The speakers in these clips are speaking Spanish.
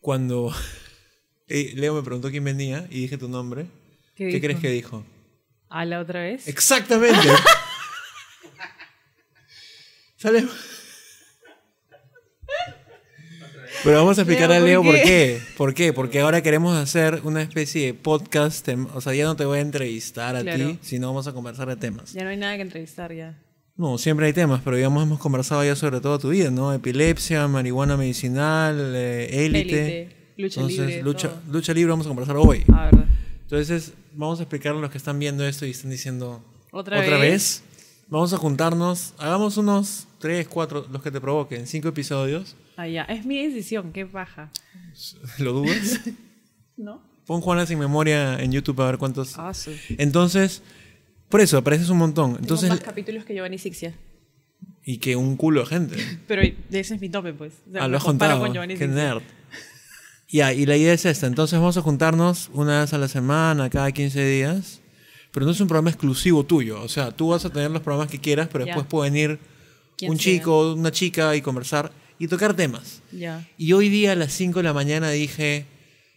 cuando eh, Leo me preguntó quién venía y dije tu nombre, ¿Qué ¿qué, dijo? crees que dijo? ¿A la otra vez? Exactamente. Sale. Pero vamos a explicar Leo, a ¿por Leo por qué? qué. ¿Por qué? Porque ahora queremos hacer una especie de podcast. tem- O sea, ya no te voy a entrevistar a Claro. ti, sino vamos a conversar de temas. Ya no hay nada que entrevistar ya. No, siempre hay temas, pero digamos hemos conversado ya sobre todo tu vida, ¿no? Epilepsia, marihuana medicinal, eh, élite. Élite, lucha Entonces, libre, Lucha, todo. lucha libre vamos a conversar hoy. A ver. Entonces, vamos a explicar a los que están viendo esto y están diciendo ¿Otra vez? Vamos a juntarnos, hagamos unos 3, 4, los que te provoquen, 5 episodios. Allá. Ah, Es mi decisión, qué paja. ¿Lo dudas? ¿No? Pon Juana sin memoria en YouTube a ver cuántos. Ah, sí. Entonces, por eso, apareces un montón. Entonces, Entonces, más capítulos que Giovanni Sixia. y que un culo de gente. Pero ese es mi tope, pues. O sea, ah, me lo has comparo contado. con Giovanni Qué Sixia. nerd. Ya, y la idea es esta. Entonces, vamos a juntarnos una vez a la semana, cada 15 días. Pero no es un programa exclusivo tuyo. O sea, tú vas a tener los programas que quieras, pero Ya. después puede venir Quien un sea. chico, una chica y conversar y tocar temas. Ya. Y hoy día a las 5 de la mañana dije,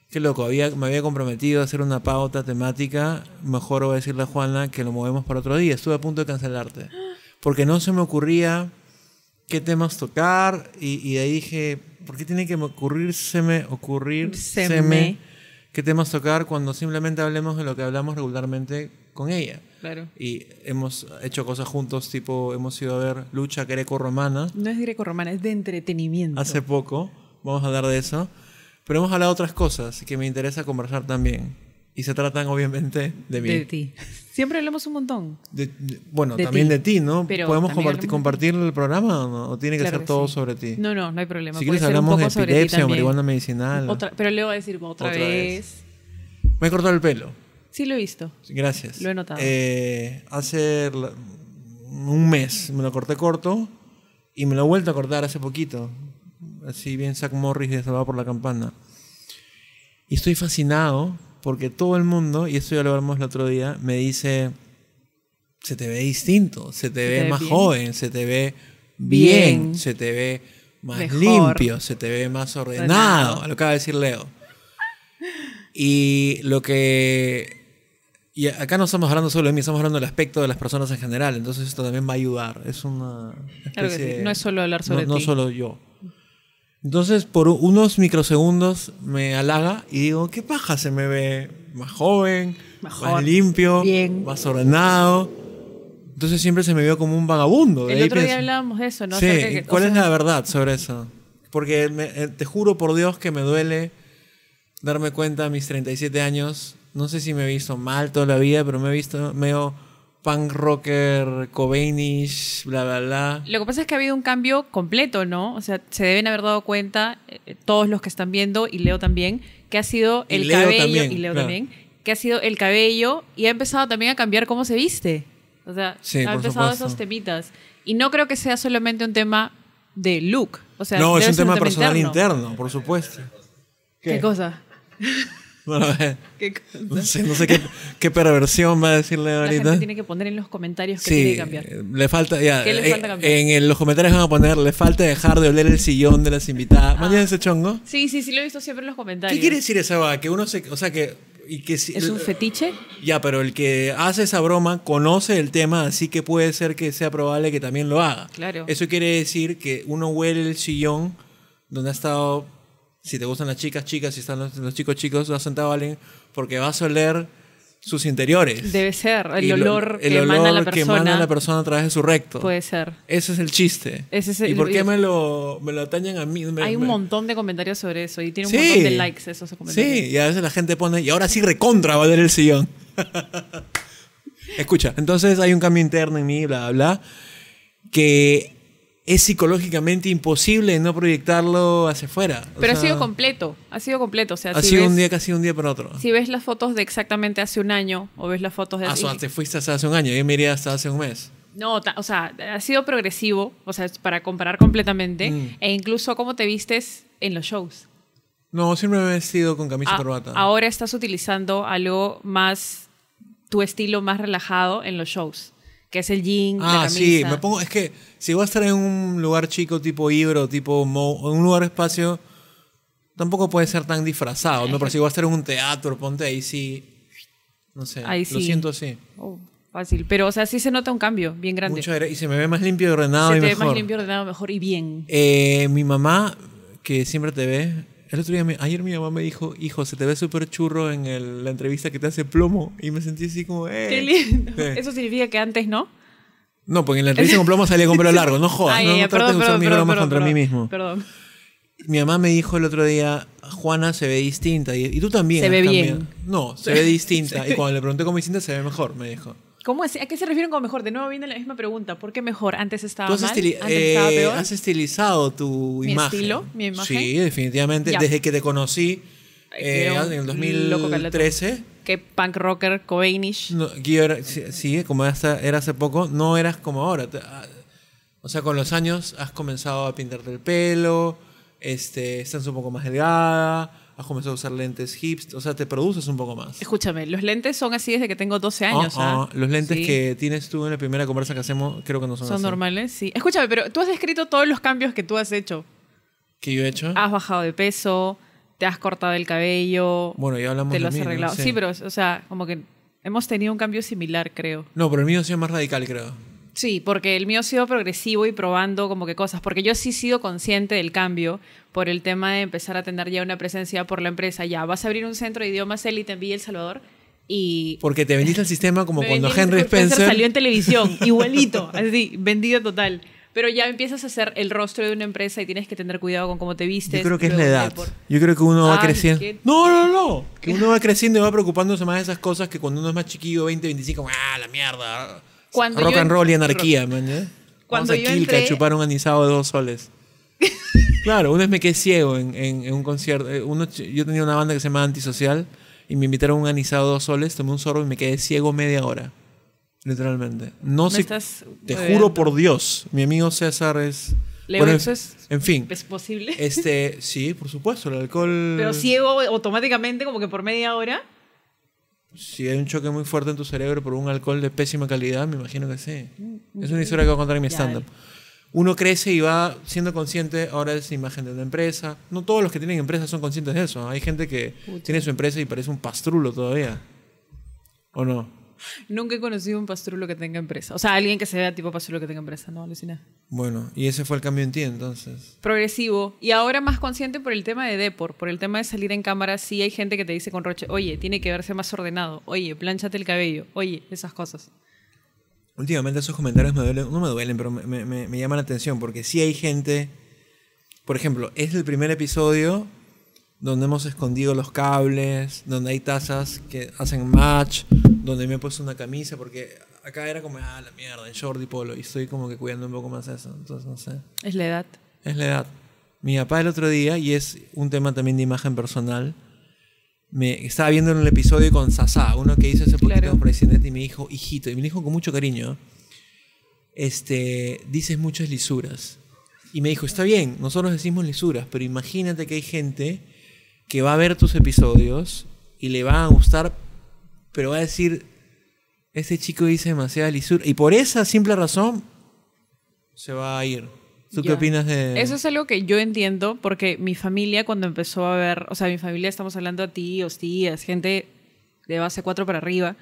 qué loco, había, me había comprometido a hacer una pauta temática, mejor voy a decirle a Juana que lo movemos para otro día, estuve a punto de cancelarte, porque no se me ocurría qué temas tocar y, y de ahí dije, ¿por qué tiene que me ocurrírseme, ocurrir, Se seme, me. qué temas tocar cuando simplemente hablemos de lo que hablamos regularmente con ella? Claro. Y hemos hecho cosas juntos, tipo hemos ido a ver lucha greco-romana No es greco-romana, es de entretenimiento. hace poco. Vamos a hablar de eso. Pero hemos hablado de otras cosas que me interesa conversar también. Y se tratan, obviamente, de mí. De ti. Siempre hablamos un montón. De- de- bueno, De también ti. de ti, ¿no? Pero ¿Podemos también comparti- hablamos de ti. compartir el programa o no? ¿O tiene que Claro ser que todo sí. sobre ti? No, no, no hay problema. si Puede quieres ser un hablamos de poco sobre ti epilepsia o también. marihuana medicinal. Otra- pero le voy a decir otra, Otra vez. Me he cortado el pelo. Sí, lo he visto. Gracias. Lo he notado. Eh, hace la- un mes me lo corté corto y me lo he vuelto a cortar hace poquito. Así bien Zach Morris de Salvado por la Campana. Y estoy fascinado porque todo el mundo, y esto ya lo hablamos el otro día, me dice, se te ve distinto, se te, ve, ve más bien". joven, se te ve bien, Bien. se te ve más Mejor. limpio, se te ve más ordenado, Ordenado. lo acaba de decir Leo. Y lo que y acá no estamos hablando solo de mí, estamos hablando del aspecto de las personas en general, entonces esto también va a ayudar. Es una. Claro que especie sí, de- no es solo hablar sobre no, no ti. solo yo. Entonces, por u- unos microsegundos me halaga y digo, qué paja, se me ve más joven, más Mejor, limpio, bien. más ordenado. Entonces siempre se me vio como un vagabundo. de El ahí otro día pienso- hablábamos de eso, ¿no? Sí, Acerca de ¿y que- ¿cuál o es sea, la verdad sobre eso? Porque me- eh, te juro por Dios que me duele darme cuenta a mis 37 años. No sé si me he visto mal toda la vida, pero me he visto medio punk rocker, cobainish, bla, bla, bla. Lo que pasa es que ha habido un cambio completo, ¿no? O sea, se deben haber dado cuenta eh, todos los que están viendo y Leo también, que ha sido Y el Leo cabello también, y Leo claro. también, que ha sido el cabello y ha empezado también a cambiar cómo se viste. O sea, Sí, ha por empezado supuesto. esos temitas y no creo que sea solamente un tema de look, o sea, no, es debe un ser tema personal interno. por supuesto. ¿Qué, cosa? Bueno, eh, ¿Qué cosa? no sé, no sé qué, qué perversión va a decirle La ahorita. gente tiene que poner en los comentarios que tiene que cambiar. eh, le falta, ya, ¿Qué le eh, falta cambiar? En el- los comentarios van a poner, le falta dejar de oler el sillón de las invitadas. Ah. Mañana ese chongo. Sí, sí, sí, lo he visto siempre en los comentarios. ¿Qué quiere decir esa va? Que uno se. O sea, que. Y que si- ¿Es un fetiche? ya, pero el que hace esa broma conoce el tema, así que puede ser que sea probable que también lo haga. Claro. Eso quiere decir que uno huele el sillón donde ha estado. Si te gustan las chicas, chicas, si están los, los chicos, chicos, lo ha sentado alguien, porque vas a oler sus interiores. Debe ser. El Y lo- olor el que emana la olor que emana persona. la persona a través de su recto. Puede ser. Ese es el chiste. Ese es ¿Y el- por qué me lo, me lo atañan a mí? Me- Hay un me- montón de comentarios sobre eso y tiene un Sí. montón de likes esos comentarios. Sí, y a veces la gente pone, y ahora sí recontra va a dar el sillón. Escucha, entonces hay un cambio interno en mí, bla, bla, bla, que es psicológicamente imposible no proyectarlo hacia afuera. O Pero ha sea, sido completo, ha sido completo. O sea, Ha si, sido ves, un día casi un día para otro. si ves las fotos de exactamente hace un año o ves las fotos de Ah, hace- so, te fuiste hasta hace un año, yo me iría hasta hace un mes. No, ta- o sea, ha sido progresivo, o sea, es para comparar completamente, Mm. e incluso cómo te vistes en los shows. No, siempre me he vestido con camisa y A- corbata. Ahora estás utilizando algo más, tu estilo más relajado en los shows, que es el jean, la Ah, camisa. sí, me pongo, es que si voy a estar en un lugar chico tipo Ibro, tipo Mo, en un lugar espacio Tampoco puede ser tan disfrazado, ¿no? Pero si vas a hacer un teatro, ponte ahí sí. No sé. Ahí Lo sí. siento así. Oh, fácil. Pero, o sea, sí se nota un cambio bien grande. Mucho aire- y se me ve más limpio y ordenado se y te ve mejor. más limpio, ordenado, mejor y bien. Eh, mi mamá, que siempre te ve, el otro día, me- ayer mi mamá me dijo, hijo, se te ve súper churro en el- la entrevista que te hace plomo. Y me sentí así como, eh. Qué lindo. Sí. Eso significa que antes no. No, porque en la entrevista con plomo salía con pelo largo, no jodas, Ay, ah, no, ya, no trates de usar mis bromas contra perdón, mí mismo. Perdón. Mi mamá me dijo el otro día, Juana se ve distinta. Y, y tú también. Se has ve cambiado". bien. No, se ve distinta. Y cuando le pregunté cómo distinta, se ve mejor, me dijo. ¿Cómo es? ¿A qué se refieren con mejor? De nuevo viene la misma pregunta. ¿Por qué mejor? ¿Antes estaba Tú has, mal? estili- ¿Antes eh, estaba peor? has estilizado tu ¿Mi imagen. estilo? ¿Mi imagen? Sí, definitivamente. Ya. Desde que te conocí Ay, eh, era un en el loco caleta. 2013. ¿Qué punk rocker, Cobainish? No, Guido era- sí, sí, como hasta, era hace poco, no eras como ahora. Te- ah, O sea, con los años has comenzado a pintarte el pelo, este, estás un poco más delgada, has comenzado a usar lentes hips, o sea, te produces un poco más. Escúchame, los lentes son así desde que tengo 12 años. Ah, ah, ¿ah? Los lentes Sí. que tienes tú en la primera conversa que hacemos, creo que no son, son así. normales, sí. Escúchame, pero tú has descrito todos los cambios que tú has hecho. Que yo he hecho. Has bajado de peso, te has cortado el cabello, bueno, ya hablamos te de lo has mí, ¿no? arreglado. Sí. pero, o sea, como que hemos tenido un cambio similar, creo. No, pero el mío ha sido más radical, creo. Sí, porque el mío ha sido progresivo y probando como que cosas, porque yo sí he sido consciente del cambio por el tema de empezar a tener ya una presencia por la empresa. Ya, vas a abrir un centro de idiomas élite en Villa El Salvador y... Porque te vendiste al sistema como Me cuando vendí- Henry Spencer. salió en televisión, igualito, así, vendido total. Pero ya empiezas a hacer el rostro de una empresa y tienes que tener cuidado con cómo te vistes. Yo creo que es la luego edad. te por- Yo creo que uno va Ay, creciendo. qué- No, no, no. Que uno va creciendo y va preocupándose más de esas cosas que cuando uno es más chiquillo, 20, 25, ah, la mierda. Cuando Rock yo and roll y en- anarquía, man. ¿eh? Vamos Cuando a yo Quilca entré- a chupar un anisado de dos soles. claro, una vez me quedé ciego en, en- en un concierto. Eh, Uno, ch- yo tenía una banda que se llama Antisocial y me invitaron a un anisado de dos soles, tomé un sorbo y me quedé ciego media hora. Literalmente. No Me sé. estás Te hueveando. juro por Dios. Mi amigo César es. Leo, en- eso es- En fin. ¿Es posible? Este, sí, por supuesto, el alcohol. Pero ciego automáticamente como que por media hora. Si hay un choque muy fuerte en tu cerebro por un alcohol de pésima calidad, me imagino que sí. Es una historia que voy a contar en mi Mm, Ya, stand-up. Uno crece y va siendo consciente, ahora es imagen de una empresa. No todos los que tienen empresas son conscientes de eso. Hay gente que tiene su empresa y parece un pastrulo todavía. ¿O no? Nunca he conocido un pastrulo que tenga empresa. O sea, alguien que se vea tipo pastrulo que tenga empresa, no alucina. Bueno, y ese fue el cambio en ti entonces. Progresivo. Y ahora más consciente por el tema de Depor, por el tema de salir en cámara. Sí hay gente que te dice con Roche, oye, tiene que verse más ordenado. Oye, planchate el cabello. Oye, esas cosas. Últimamente esos comentarios me duelen, no me duelen, pero me, me- me- me llaman la atención porque sí hay gente, por ejemplo, es el primer episodio donde hemos escondido los cables, donde hay tazas que hacen match, donde me he puesto una camisa porque acá era como, ah, la mierda, en short y polo, y estoy como que cuidando un poco más eso, entonces no sé, Es la edad. es la edad. Mi papá el otro día, y es un tema también de imagen personal, me estaba viendo en el episodio con Sasá, uno que hizo hace poquito Claro. con Presidente, y me dijo, hijito, y me dijo con mucho cariño, este, dices muchas lisuras. Y me dijo, está bien, nosotros decimos lisuras, pero imagínate que hay gente que va a ver tus episodios y le va a gustar, pero va a decir, este chico dice demasiada lisura. Y por esa simple razón, se va a ir. ¿Tú qué Ya. opinas de...? Eso es algo que yo entiendo porque mi familia cuando empezó a ver, o sea, mi familia estamos hablando a tíos, tías, gente de base 4 para arriba,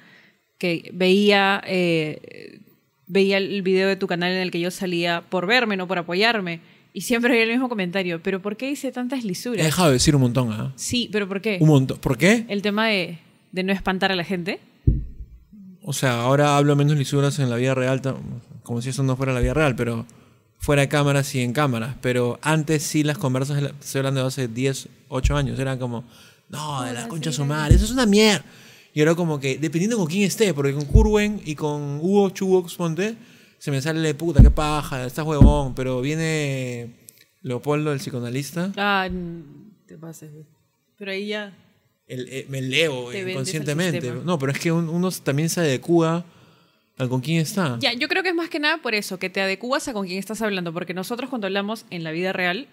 que veía, eh, veía el video de tu canal en el que yo salía por verme, no por apoyarme, y siempre había el mismo comentario, pero ¿por qué hice tantas He lisuras? dejado de decir un montón, ¿ah? Sí, pero ¿por qué? Un montón. ¿Por qué? El tema de, de no espantar a la gente. O sea, ahora hablo menos lisuras en la vida real, ta- como si eso no fuera la vida real, pero fuera de cámaras y en cámaras. Pero antes sí las conversas, de la- estoy hablando de hace 10, 8 años, eran como, no, de la concha sumar, eso es una mierda. Y ahora como que, dependiendo con quién esté, porque con Curwen y con Hugo Chubox Ponte, se me sale puta, qué paja, estás huevón, pero viene Leopoldo, el psicoanalista, Ah, mm, te pases. güey. Pero ahí ya... el- eh, me elevo Te vendes al inconscientemente. sistema. No, pero es que un- uno también se adecua al con quién está. Ya, yo creo que es más que nada por eso, que te adecuas a con quién estás hablando, porque nosotros cuando hablamos en la vida real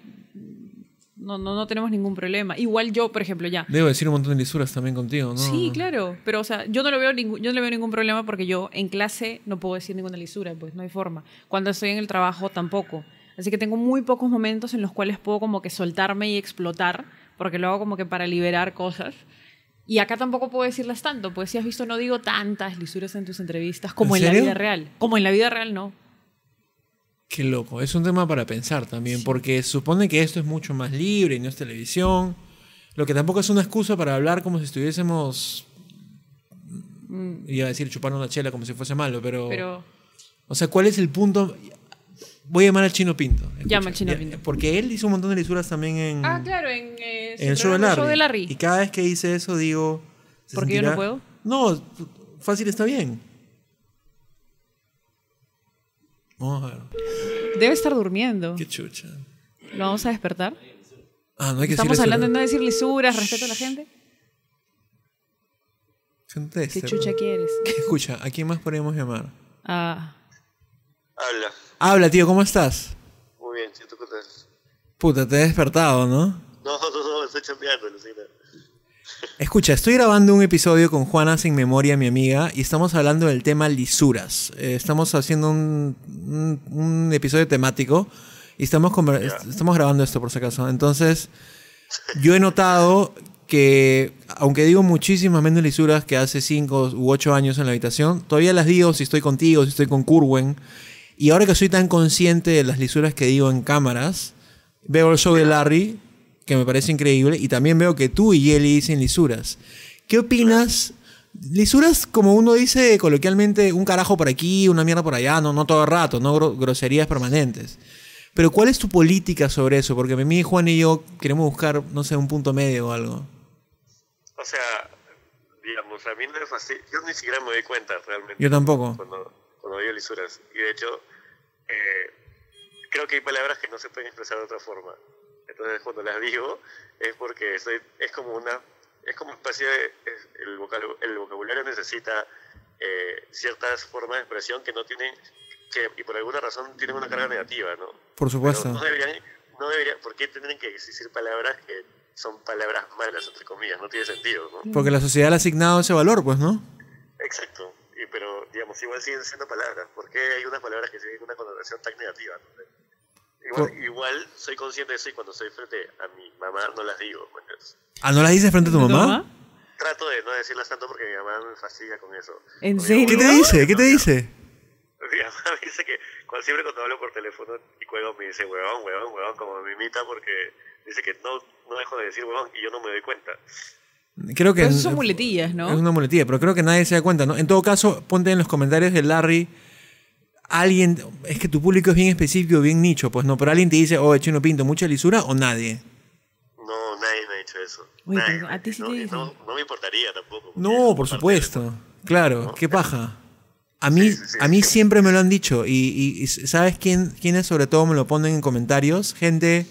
no, no, no tenemos ningún problema. Igual yo, por ejemplo, ya. Debo decir un montón de lisuras también contigo, ¿no? Sí, claro, pero o sea, yo no, lo veo ningún, yo no le veo ningún problema porque yo en clase no puedo decir ninguna lisura, pues no hay forma. Cuando estoy en el trabajo tampoco. Así que tengo muy pocos momentos en los cuales puedo como que soltarme y explotar porque lo hago como que para liberar cosas. Y acá tampoco puedo decirlas tanto, pues si has visto, no digo tantas lisuras en tus entrevistas como ¿En en, la serio? vida real. Como en la vida real, no. Qué loco, es un tema para pensar también, porque supone que esto es mucho más libre y no es televisión, lo que tampoco es una excusa para hablar como si estuviésemos, iba a decir chupando una chela como si fuese malo, pero, Mm. Pero o sea, ¿cuál es el punto? Voy a llamar al Chino Pinto. escucha, Llama al Chino ya, Pinto. Porque él hizo un montón de lisuras también en, Ah, claro, en, eh, Mm. en su el show de, programa, Larry. show de Larry. Y cada vez que hice eso digo... se ¿Por qué yo no puedo? No, fácil está bien. Vamos a ver. Debe estar durmiendo. Qué chucha. ¿Lo vamos a despertar? Ah, no hay que Estamos decirle hablando de sobre- no decir lisuras, respeto a la gente. ¿Qué Contesta. chucha quieres? Escucha, ¿a quién más podríamos llamar? Ah, Hola, Habla, tío, ¿cómo estás? muy bien, ¿y tú qué tal? Puta, te he despertado, ¿no? No, no, no, estoy chambeando, Lucina. Escucha, estoy grabando un episodio con Juana Sin Memoria, mi amiga, y estamos hablando del tema lisuras. Eh, estamos haciendo un, un- un episodio temático y estamos, conver- est- estamos grabando esto por si acaso. Entonces, yo he notado que, aunque digo muchísimas menos lisuras que hace 5 u 8 años en la habitación, todavía las digo si estoy contigo, si estoy con Curwen. Y ahora que soy tan consciente de las lisuras que digo en cámaras, veo el show de Larry, que me parece increíble, y también veo que tú y Yeli dicen lisuras. ¿Qué opinas? Lisuras, como uno dice coloquialmente, un carajo por aquí, una mierda por allá, no, no todo el rato, no gro- groserías permanentes. Pero ¿cuál es tu política sobre eso? Porque mi Juan y yo queremos buscar, no sé, un punto medio o algo. O sea, digamos, a mí me fastidia. Yo ni siquiera me doy cuenta realmente. Yo tampoco. Cuando, cuando digo lisuras. Y de hecho, eh, creo que hay palabras que no se pueden expresar de otra forma. Entonces, cuando las digo, es porque estoy, es como una. Es como una especie de. es- el, vocab- el vocabulario necesita eh, ciertas formas de expresión que no tienen. Que, y por alguna razón tienen una carga negativa, ¿no? Por Pero supuesto. No deberían, no deberían, ¿por qué tendrían que existir palabras que son palabras malas, entre comillas? No tiene sentido, ¿no? Porque la sociedad le ha asignado ese valor, pues, ¿no? Exacto. Y, pero, digamos, igual siguen siendo palabras. ¿Por qué hay unas palabras que tienen una connotación tan negativa? No sé. Igual, Por- igual soy consciente de eso y cuando estoy frente a mi mamá no las digo. ¿me entiendes? Ah, ¿no las dices frente a tu mamá? Trato de no decirlas tanto porque mi mamá me fastidia con eso. ¿En Con mi serio? ¿Qué te abuelo, dice? ¿Qué te no, dice? Mi mamá me dice que cuando- siempre cuando hablo por teléfono y cuelgo me dice huevón, huevón, huevón, como me imita porque dice que no, no dejo de decir huevón y yo no me doy cuenta. Creo que Pero eso Pues son muletillas, ¿no? Es una muletilla, pero creo que nadie se da cuenta, ¿no? En todo caso, ponte en los comentarios de Larry alguien, es que tu público es bien específico, bien nicho, pues no, pero alguien te dice, "Oh, chino pinto, mucha lisura" o nadie. No, nadie me ha dicho eso. Oye, Nadie. pero a ti sí no, te y dicen. no, no me importaría tampoco. porque No, es por parte supuesto. Claro, qué paja. A mí, Sí, sí, sí. a mí siempre me lo han dicho. Y, y- y ¿sabes quién, quiénes sobre todo me lo ponen en comentarios? Gente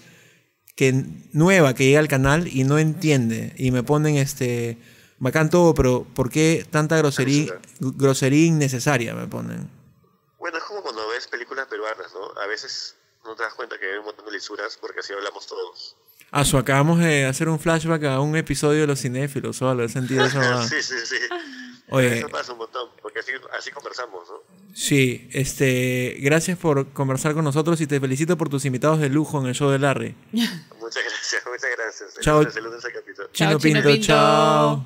que nueva que llega al canal y no entiende. Y me ponen este. Bacán todo, pero ¿por qué tanta grosería, grosería innecesaria? Me ponen. de- Bueno, es como cuando ves películas peruanas, ¿no? A veces no te das cuenta que hay un montón de lisuras porque así hablamos todos. Ah, su, acabamos de hacer un flashback a un episodio de los cinéfilos, solo he sentido eso. ¿verdad? sí, sí, sí. Ah. Oye. Eso pasa un montón, porque así, así conversamos, ¿no? Sí, este, gracias por conversar con nosotros y te felicito por tus invitados de lujo en el show de Larry. Muchas gracias, muchas gracias. El Chao. lunes- El lunes al capítulo. Chao, Chino, Chino Pinto, Pinto. chao.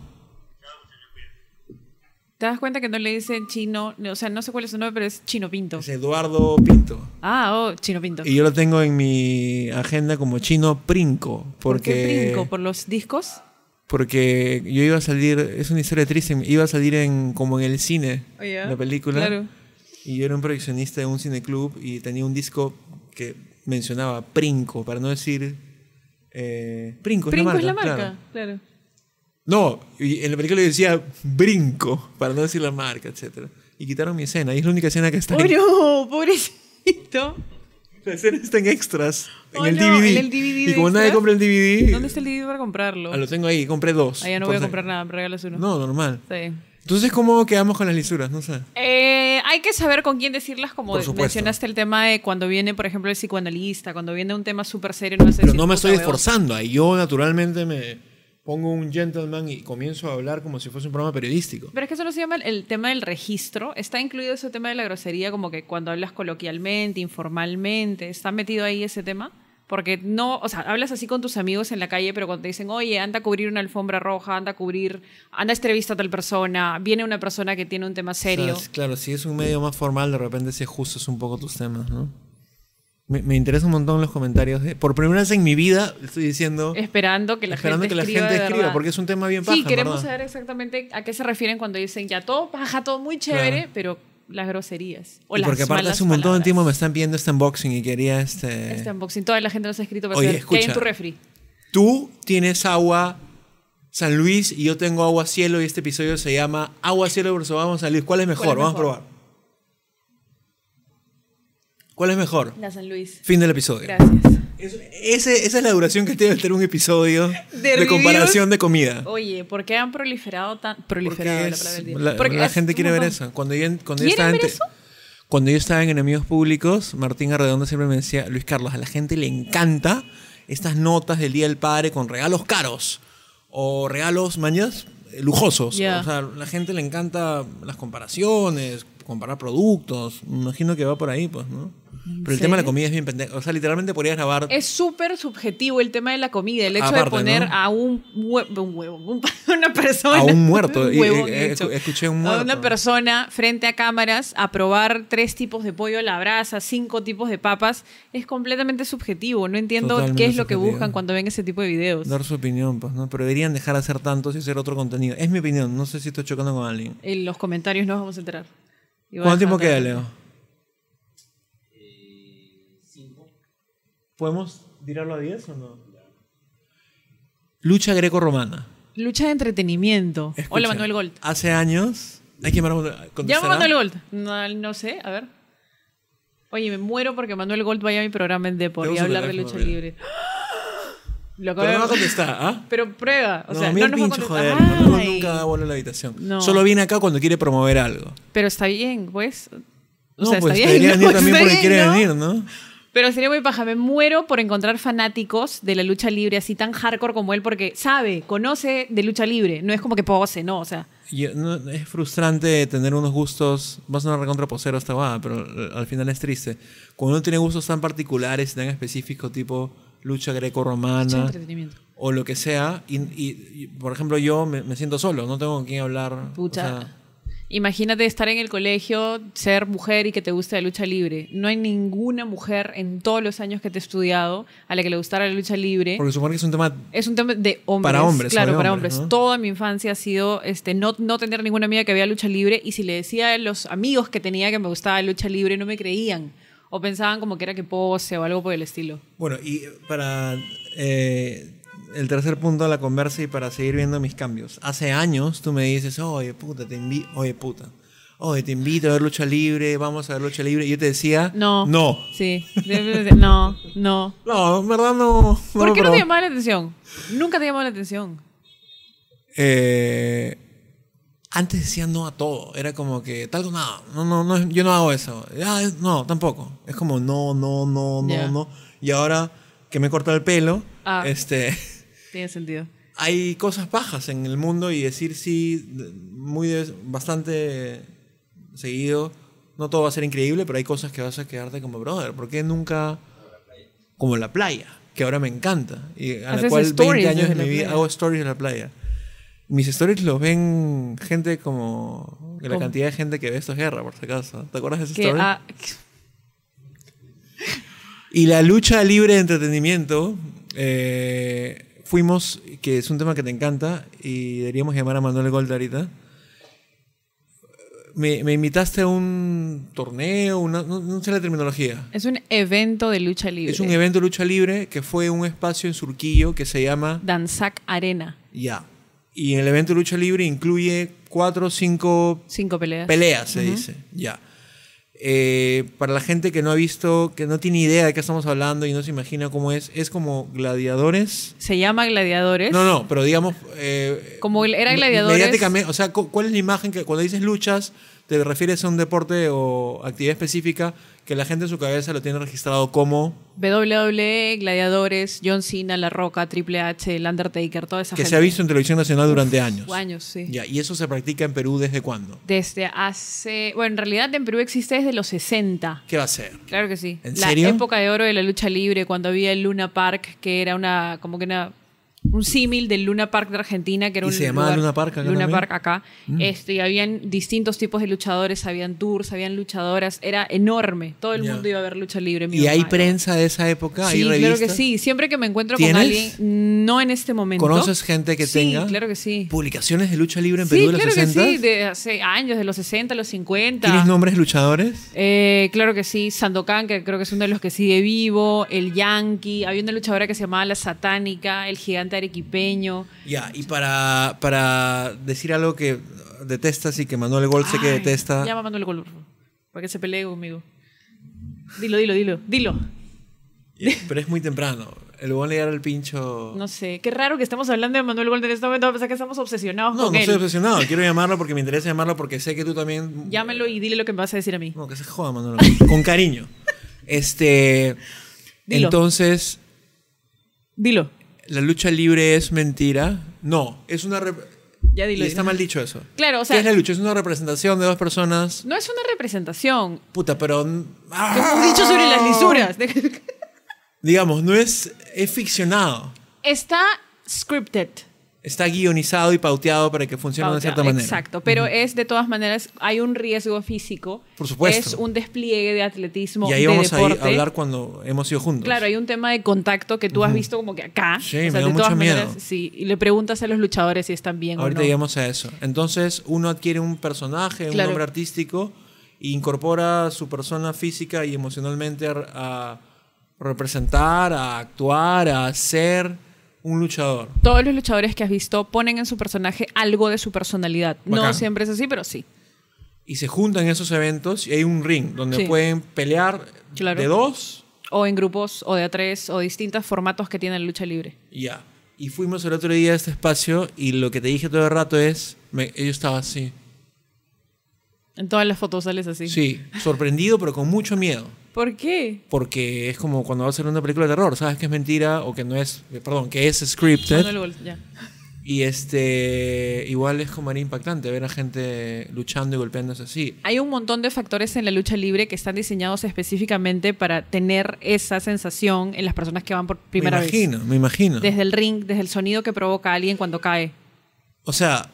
¿Te das cuenta que no le dicen chino? O sea, no sé cuál es su nombre, pero es chino pinto. Es Eduardo Pinto. Ah, oh, chino pinto. Y yo lo tengo en mi agenda como chino Princo. ¿Por qué Porque, brinco? ¿Por los discos? porque yo iba a salir, es una historia triste, iba a salir en, como en el cine, Oh, ya. la película. Claro. Y yo era un proyeccionista de un cineclub y tenía un disco que mencionaba Princo, para no decir... eh, Princo, es la Brinco marca. es la claro. marca, claro. No, y en la película yo decía Brinco, para no decir la marca, etc. Y quitaron mi escena, y es la única escena que está en, ¡Oh, no! ¡Pobrecito! La escena está en extras. En Oh, el no, DVD. en el DVD Y como de nadie extras. compra el DVD. ¿Dónde está el DVD para comprarlo? Ah, lo tengo ahí, compré dos. Ah, ya no voy Por a si- comprar nada, me regalas uno. No, normal. Está bien. Entonces, ¿cómo quedamos con las lisuras? No sé. Eh, hay que saber con quién decirlas, como Por supuesto. mencionaste el tema de cuando viene, por ejemplo, el psicoanalista, cuando viene un tema súper serio, no sé Pero no me estoy esforzando. Ahí yo, naturalmente, me pongo un gentleman y comienzo a hablar como si fuese un programa periodístico. Pero es que eso no se llama el, el tema del registro. Está incluido ese tema de la grosería, como que cuando hablas coloquialmente, informalmente, ¿está metido ahí ese tema? Porque no, o sea, hablas así con tus amigos en la calle, pero cuando te dicen, oye, anda a cubrir una alfombra roja, anda a cubrir, anda a entrevista a tal persona, viene una persona que tiene un tema serio. O sea, es- claro, si es un medio más formal, de repente sí ajustas un poco tus temas, ¿no? Me, me interesa un montón los comentarios. de- por primera vez en mi vida estoy diciendo, esperando que la esperando gente que la escriba. gente de escriba, verdad. porque es un tema bien paja, Sí, queremos ¿verdad? saber exactamente a qué se refieren cuando dicen ya todo paja, todo muy chévere, Claro. pero las groserías. O Y las porque aparte malas hace un montón de palabras. tiempo me están pidiendo este unboxing y quería este... Este unboxing, toda la gente nos ha escrito para Oye, saber qué hay en escucha. tu refri. Tú tienes agua San Luis y yo tengo agua cielo y este episodio se llama Agua cielo versus agua San Luis. ¿Cuál es mejor? ¿Cuál es Vamos a mejor? probar. ¿Cuál es mejor? La San Luis. Fin del episodio. Gracias. Eso- ese- esa es la duración que tiene que tener un episodio de, reviews. comparación de comida. Oye, ¿por qué han proliferado tan. Proliferado Porque la es- palabra del día. la, Porque la es gente un quiere ver montón. eso. Cuando yo, en- cuando yo ¿Quieren estaba en ver te- eso? cuando yo estaba en Enemigos Públicos, Martín Arredondo siempre me decía, Luis Carlos, a la gente le encanta estas notas del Día del Padre con regalos caros o regalos mañas eh, lujosos. Ya. O sea, la gente le encanta las comparaciones, comparar productos. Me imagino que va por ahí, pues, ¿no? Pero el tema de la serio? comida es bien pendejo. O sea, literalmente podrías grabar... Es súper subjetivo el tema de la comida. El hecho de Aparte, poner ¿no? a un huevo, un huevo un- una persona. A un muerto. Y- huevón, y- de escu- hecho. escuché un A una muerto. persona frente a cámaras a probar tres tipos de pollo a la brasa, cinco tipos de papas. Es completamente subjetivo. No entiendo Totalmente qué es lo que subjetivo. buscan cuando ven ese tipo de videos. Dar su opinión, pues, ¿no? Pero deberían dejar de hacer tantos y hacer otro contenido. Es mi opinión, no sé si estoy chocando con alguien. En los comentarios nos vamos a enterar. Y voy a ¿Cuánto tiempo queda, dejar de- Leo? Eh, ¿Podemos tirarlo a 10 o no? Lucha greco-romana. Lucha de entretenimiento. Hola, Escucha, Manuel Gold. Hace años. Hay que llamar a Manuel- ¿Llama contestará. a Manuel Gold? No, no sé, a ver. Oye, me muero porque Manuel Gold vaya a mi programa en Depor y Tengo a su hablar de lucha teléfono, libre. Lo acabo Pero no va de- a contestar, ¿ah? Pero prueba. O no, sea, a mí no el nos va a pinche joder. contestar. Manuel Ay, nunca da bola a la habitación. No. Solo viene acá cuando quiere promover algo. Pero está bien, pues. O no, sea, pues está bien. debería ¿no? venir también Está porque bien, quiere ¿no? venir, ¿no? Pero sería muy paja. Me muero por encontrar fanáticos de la lucha libre así tan hardcore como él porque sabe, conoce de lucha libre. No es como que pose, no. O sea, Yo- eh, no, es frustrante tener unos gustos, vas a sonar recontraposero esta va, pero eh, al final es triste. Cuando uno tiene gustos tan particulares, tan específicos, tipo lucha lucha de greco-romana entretenimiento. o lo que sea, y, y- y, por ejemplo yo me, me siento solo, no tengo con quién hablar. o Pucha. sea, Imagínate estar en el colegio, ser mujer y que te guste la lucha libre. No hay ninguna mujer en todos los años que te he estudiado a la que le gustara la lucha libre. porque supongo que es un tema... es un tema de hombres. Para hombres, Claro, sobre para hombres. hombres, ¿no? Toda mi infancia ha sido este, no, no tener ninguna amiga que había lucha libre y si le decía a los amigos que tenía que me gustaba la lucha libre no me creían o pensaban como que era que pose o algo por el estilo. Bueno, y para eh, el tercer punto de la conversa y para seguir viendo mis cambios. Hace años tú me dices, oye puta, te invito, oye puta. Oye, te invito a ver lucha libre, vamos a ver lucha libre. Y yo te decía, No. No, Sí. No, no. No, en verdad no. ¿Por me qué no te probó. llamaba la atención? Nunca te llamó la atención. Eh, antes decía no a todo. Era como que tal como nada. No, no, no, yo no hago eso. Ah, es- no, tampoco. Es como no, no, no, no, Ya. no. Y ahora que me he cortado el pelo, Ah. este, Tiene sentido. hay cosas bajas en el mundo y decir sí, de- muy de- bastante seguido. No todo va a ser increíble, pero hay cosas que vas a quedarte como brother. ¿Por qué nunca? Como la playa, que ahora me encanta. Y a la Haces cual stories 20 años desde de mi la vida playa. hago stories en la playa. Mis stories los ven gente como. La ¿Cómo? cantidad de gente que ve esto es guerra, por si acaso. ¿Te acuerdas de esa Que, story? ah, Y la lucha libre de entretenimiento, eh, fuimos, que es un tema que te encanta, y deberíamos llamar a Manuel Gold ahorita. Me, me invitaste a un torneo, una- no, no sé la terminología. es un evento de lucha libre. Es un evento de lucha libre que fue un espacio en Surquillo que se llama Danzac Arena. Ya. Y el evento de lucha libre incluye cuatro o cinco Cinco peleas. Peleas, se dice, ya. Eh, para la gente que no ha visto, que no tiene idea de qué estamos hablando y no se imagina cómo es, es como gladiadores. Se llama Gladiadores. No, no, pero digamos. eh, Como el- era me- gladiadores. Mediáticamente, o sea, cu- ¿cuál es la imagen que cuando dices luchas, te refieres a un deporte o actividad específica que la gente en su cabeza lo tiene registrado como WWE, E, Gladiadores, John Cena, La Roca, Triple H, El Undertaker, toda esa que gente. se ha visto en televisión nacional durante años. Años, sí. Ya, y eso se practica en Perú desde cuándo? Desde hace. Bueno, en realidad en Perú existe desde los 60. ¿Qué va a ser? Claro que sí. ¿En la serio? época de oro de la lucha libre, cuando había el Luna Park, que era una. como que una. Un símil del Luna Park de Argentina, que era ¿Y un. se llamaba Luna Park acá Luna también? Mm. Park acá. Este, y habían distintos tipos de luchadores, habían tours, habían luchadoras. Era enorme. Todo el Ya. mundo iba a ver lucha libre. mi ¿Y hay mamá, ¿no? prensa de esa época? ¿Hay Sí, claro que revistas? sí. Siempre que me encuentro ¿Tienes? con alguien, no en este momento. ¿Conoces gente que Sí, tenga? claro que sí. ¿Publicaciones de lucha libre en sí, Perú de los claro 60? que sí. De hace años, de los 60, los 50. ¿Tienes nombres luchadores? Eh, claro que sí, Sandokan, que creo que es uno de los que sigue vivo, el Yankee, había una luchadora que se llamaba La Satánica, el gigante arequipeño. Ya, y para, para decir algo que detestas y que Manuel Gol sé que Ay, detesta. Llama a Manuel Golur, para que se pelee conmigo. Dilo, dilo, dilo, dilo. Ya, eh, Pero es muy temprano. El Gol le dará el pincho. No sé, qué raro que estemos hablando de Manuel Golur en este momento, a pesar que estamos obsesionados no, con no pues, él. estoy obsesionado. Quiero llamarlo porque me interesa llamarlo porque sé que tú también. Llámalo y dile lo que me vas a decir a mí. No, que se joda, Manuel. Gol. Con cariño. Este. Dilo. Entonces, Dilo, ¿la lucha libre es mentira? No, es una. rep- ya dilo. Y está dilo. mal dicho eso. Claro, o ¿Qué sea, es la lucha? Es una representación de dos personas. no es una representación. Puta, pero. ah, ¿Qué hemos dicho sobre las lisuras? Digamos, no es. Es ficcionado. Está scripted. Está guionizado y pauteado para que funcione de Pauteado, cierta manera. Exacto, pero es de todas maneras, hay un riesgo físico. Por supuesto. Es un despliegue de atletismo. Y ahí de vamos a, ir- deporte. a hablar cuando hemos ido juntos. Claro, hay un tema de contacto que tú has visto como que acá. Sí, me da de mucho todas miedo. maneras, sí. Y le preguntas a los luchadores si están bien Ahorita o no. llegamos a eso. Entonces, uno adquiere un personaje, un Claro. nombre artístico, e incorpora su persona física y emocionalmente a, a representar, a actuar, a ser un luchador. Todos los luchadores que has visto ponen en su personaje algo de su personalidad. No Bacán. siempre es así, pero sí. Y se juntan esos eventos y hay un ring donde Sí. pueden pelear Claro. de dos O en grupos, o de a tres, o distintos formatos que tiene la lucha libre. y ya. Y fuimos el otro día a este espacio y lo que te dije todo el rato es, me- yo estaba así. En todas las fotos sales así. Sí, sorprendido pero con mucho miedo. ¿Por qué? Porque es como cuando vas a ver una película de terror, sabes que es mentira o que no es, eh, perdón, que es scripted. Manuel Gol- ya. Y este, igual es como era impactante ver a gente luchando y golpeándose así. Hay un montón de factores en la lucha libre que están diseñados específicamente para tener esa sensación en las personas que van por primera me vez. imagino, me imagino. Desde el ring, desde el sonido que provoca a alguien cuando cae. O sea,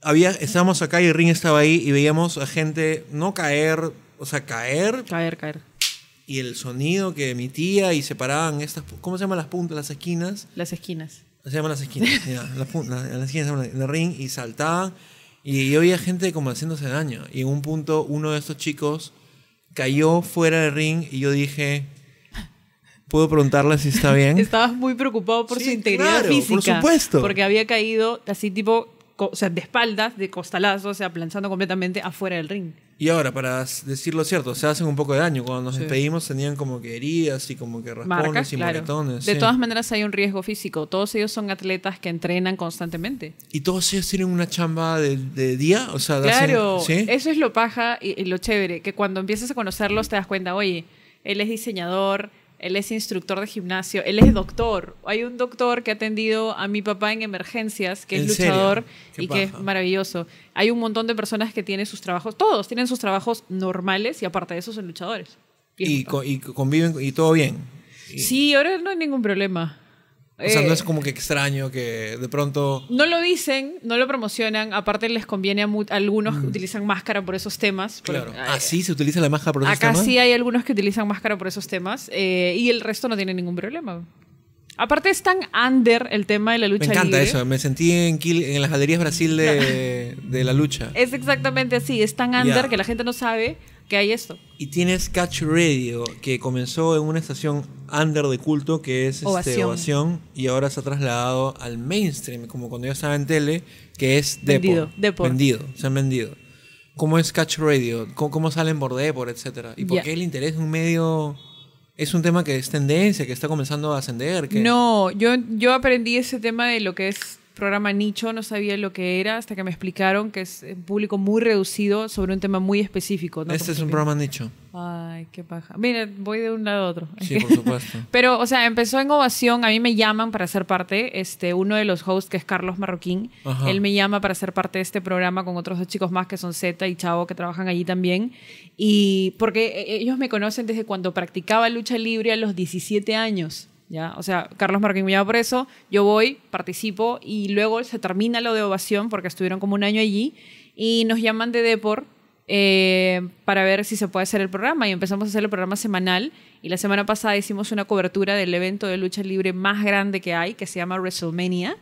había, estábamos acá y el ring estaba ahí y veíamos a gente no caer, o sea, caer Caer, caer. y el sonido que emitía y separaban estas, pu- ¿cómo se llaman las puntas, las esquinas? Las esquinas. Se llaman las esquinas, ya, las, pun- la- las esquinas se llaman en el ring y saltaban y yo veía gente como haciéndose daño y en un punto uno de estos chicos cayó fuera del ring y yo dije, ¿puedo preguntarle si está bien? Estabas muy preocupado por Sí, su integridad claro, por física. supuesto. Porque había caído así tipo, co- o sea, de espaldas, de costalazo, o sea, planchando completamente afuera del ring. Y ahora, para s- decirlo cierto, se hacen un poco de daño. Cuando nos Sí. despedimos tenían como que heridas y como que raspones Marcas, y claro. moretones. De sí. todas maneras hay un riesgo físico. Todos ellos son atletas que entrenan constantemente. Y todos ellos tienen una chamba de, de día, o sea, de hacer- Claro, ¿sí? eso es lo paja y, y lo chévere, que cuando empiezas a conocerlos te das cuenta, oye, él es diseñador, él es instructor de gimnasio, él es doctor. Hay un doctor que ha atendido a mi papá en emergencias, que es ¿En serio? luchador Qué y que es paja. maravilloso. Hay un montón de personas que tienen sus trabajos, todos tienen sus trabajos normales y aparte de eso son luchadores. es Y, bacán. co- y co- conviven y todo bien. Y- sí, ahora no hay ningún problema. O sea, no Eh, es como que extraño que de pronto... No lo dicen, no lo promocionan, aparte les conviene a, mu- algunos que utilizan máscara por esos temas. por- Mm. Claro. eh, Así se utiliza la máscara por esos Acá temas? sí hay algunos que utilizan máscara por esos temas eh, y el resto no tiene ningún problema. Aparte es tan under el tema de la Me lucha encanta libre. eso. Me sentí en, Kill- en las galerías Brasil de, de la lucha. Es exactamente así, es tan under Ya. que la gente no sabe que hay esto. Y tienes Catch Radio, que comenzó en una estación under de culto, que es este, Ovación. Ovación. y ahora se ha trasladado al mainstream, como cuando yo estaba en tele, que es Depor. Vendido, Depor. Vendido, se han vendido. ¿Cómo es Catch Radio? ¿Cómo, cómo salen por Depor, etcétera? ¿Y por Ya. qué el interés en un medio...? Es un tema que es tendencia, que está comenzando a ascender. Que No, yo, yo aprendí ese tema de lo que es programa nicho, no sabía lo que era hasta que me explicaron que es un público muy reducido sobre un tema muy específico. ¿no? Este Como es que un pi- programa nicho. Ay, qué paja. Mira, voy de un lado a otro. Sí, por supuesto. Pero, o sea, empezó en Ovación, a mí me llaman para ser parte, este, uno de los hosts que es Carlos Marroquín, Ajá. él me llama para ser parte de este programa con otros dos chicos más que son Zeta y Chavo que trabajan allí también, y porque eh, ellos me conocen desde cuando practicaba lucha libre a los 17 años. ¿Ya? O sea, Carlos Marroquín me llama por eso, yo voy, participo y luego se termina lo de ovación porque estuvieron como un año allí y nos llaman de Depor eh, para ver si se puede hacer el programa y empezamos a hacer el programa semanal y la semana pasada hicimos una cobertura del evento de lucha libre más grande que hay que se llama WrestleMania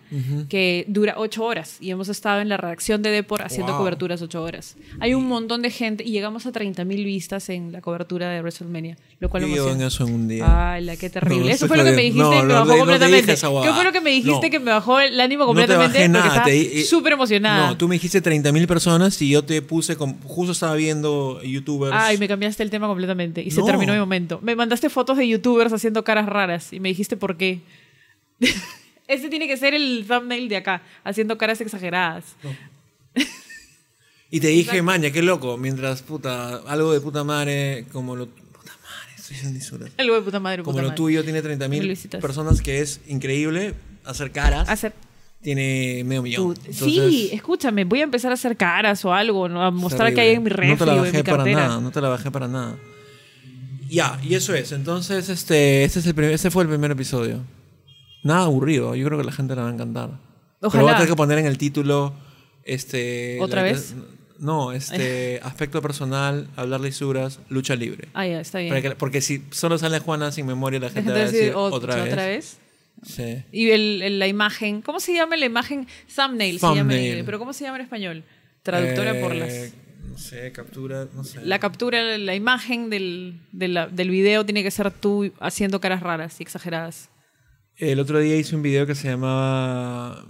que dura ocho horas y hemos estado en la redacción de Depor haciendo Wow. coberturas ocho horas hay un montón de gente y llegamos a 30.000 vistas en la cobertura de WrestleMania lo cual Yo en emociona eso en un día. Ay, la qué terrible. No, Eso estoy fue lo que me dijiste jodiendo. y me No, no, bajó no te completamente. dije esa ¿Qué huevada. fue lo que me dijiste No. que me bajó el ánimo No te completamente? bajé porque nada, estaba te di- eh, súper emocionada. No, tú me dijiste 30.000 personas y yo te puse, con, justo estaba viendo youtubers. Ay, me cambiaste el tema completamente y se No. terminó mi momento. Me mandaste fotos de youtubers haciendo caras raras y me dijiste por qué. Ese tiene que ser el thumbnail de acá, haciendo caras exageradas. Y te dije, maña, qué loco, mientras puta, algo de puta madre, como lo... Puta madre, estoy en disuras. Algo de puta madre, Como puta lo madre. tuyo tiene Me lo 30.000 visitas. personas, que es increíble, hacer caras, Hacer tiene medio millón. tu- sí, Entonces, escúchame, voy a empezar a hacer caras o algo, ¿no? a mostrar que terrible. hay en mi refri No te la o en mi bajé para cartera. nada, no te la bajé para nada. Ya, y eso es. Entonces, este, este, es el primer- este fue el primer episodio. Nada aburrido, yo creo que a la gente le va a encantar. Pero Ojalá. voy a tener que poner en el título, este... ¿Otra la- vez? No, este, aspecto personal, hablar lisuras, lucha libre. Ah, ya, está bien. Para que- porque si solo sale Juana sin memoria, la La gente gente va a decir "Oh, otra, ¿otra vez. vez? Sí. Y el- el- la imagen, ¿cómo se llama la imagen? Thumbnail, se llama en Thumbnail. inglés, pero ¿cómo se llama en español? Traductora Eh, por las... No sé, captura, no sé. La captura, la imagen del, de la- del video tiene que ser tú haciendo caras raras y exageradas. El otro día hice un video que se llamaba...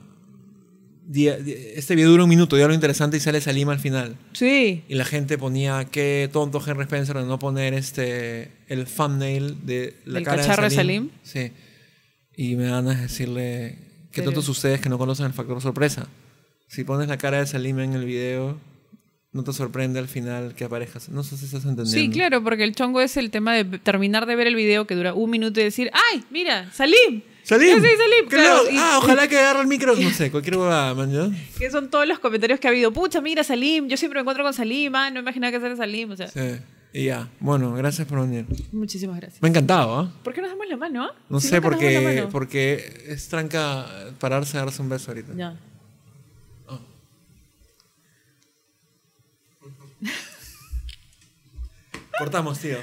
Día- di- Este video dura un minuto, ya lo interesante y sale Salima al final. Sí. Y la gente ponía, qué tonto Henry Spencer de no poner este, el thumbnail de la ¿Del cara cacharro de de Salim. Sí. Y me van a decirle, qué Pero- tontos ustedes que no conocen el factor sorpresa. Si pones la cara de Salim en el video, no te sorprende al final que aparezcas. No sé si estás entendiendo. Sí, claro, porque el chongo es el tema de terminar de ver el video que dura un minuto y decir, ¡ay, mira, Salim! ¡Salim! Ah, sí, Salim, ¡Qué claro. loco! Y- ah, ojalá que agarre el micro. No sé, cualquier huevada, man, ¿ya? Que son todos los comentarios que ha habido. Pucha, mira, Salim, yo siempre me encuentro con Salim, ah, no imaginaba que era Salim. O sea, Sí. Y ya. Bueno, gracias por venir. muchísimas gracias. Me ha encantado, ¿ah? ¿Por qué nos damos la mano? ah? No Si sé, nunca nos damos la porque, mano. porque es tranca pararse a darse un beso ahorita. Ya. Cortamos, tío.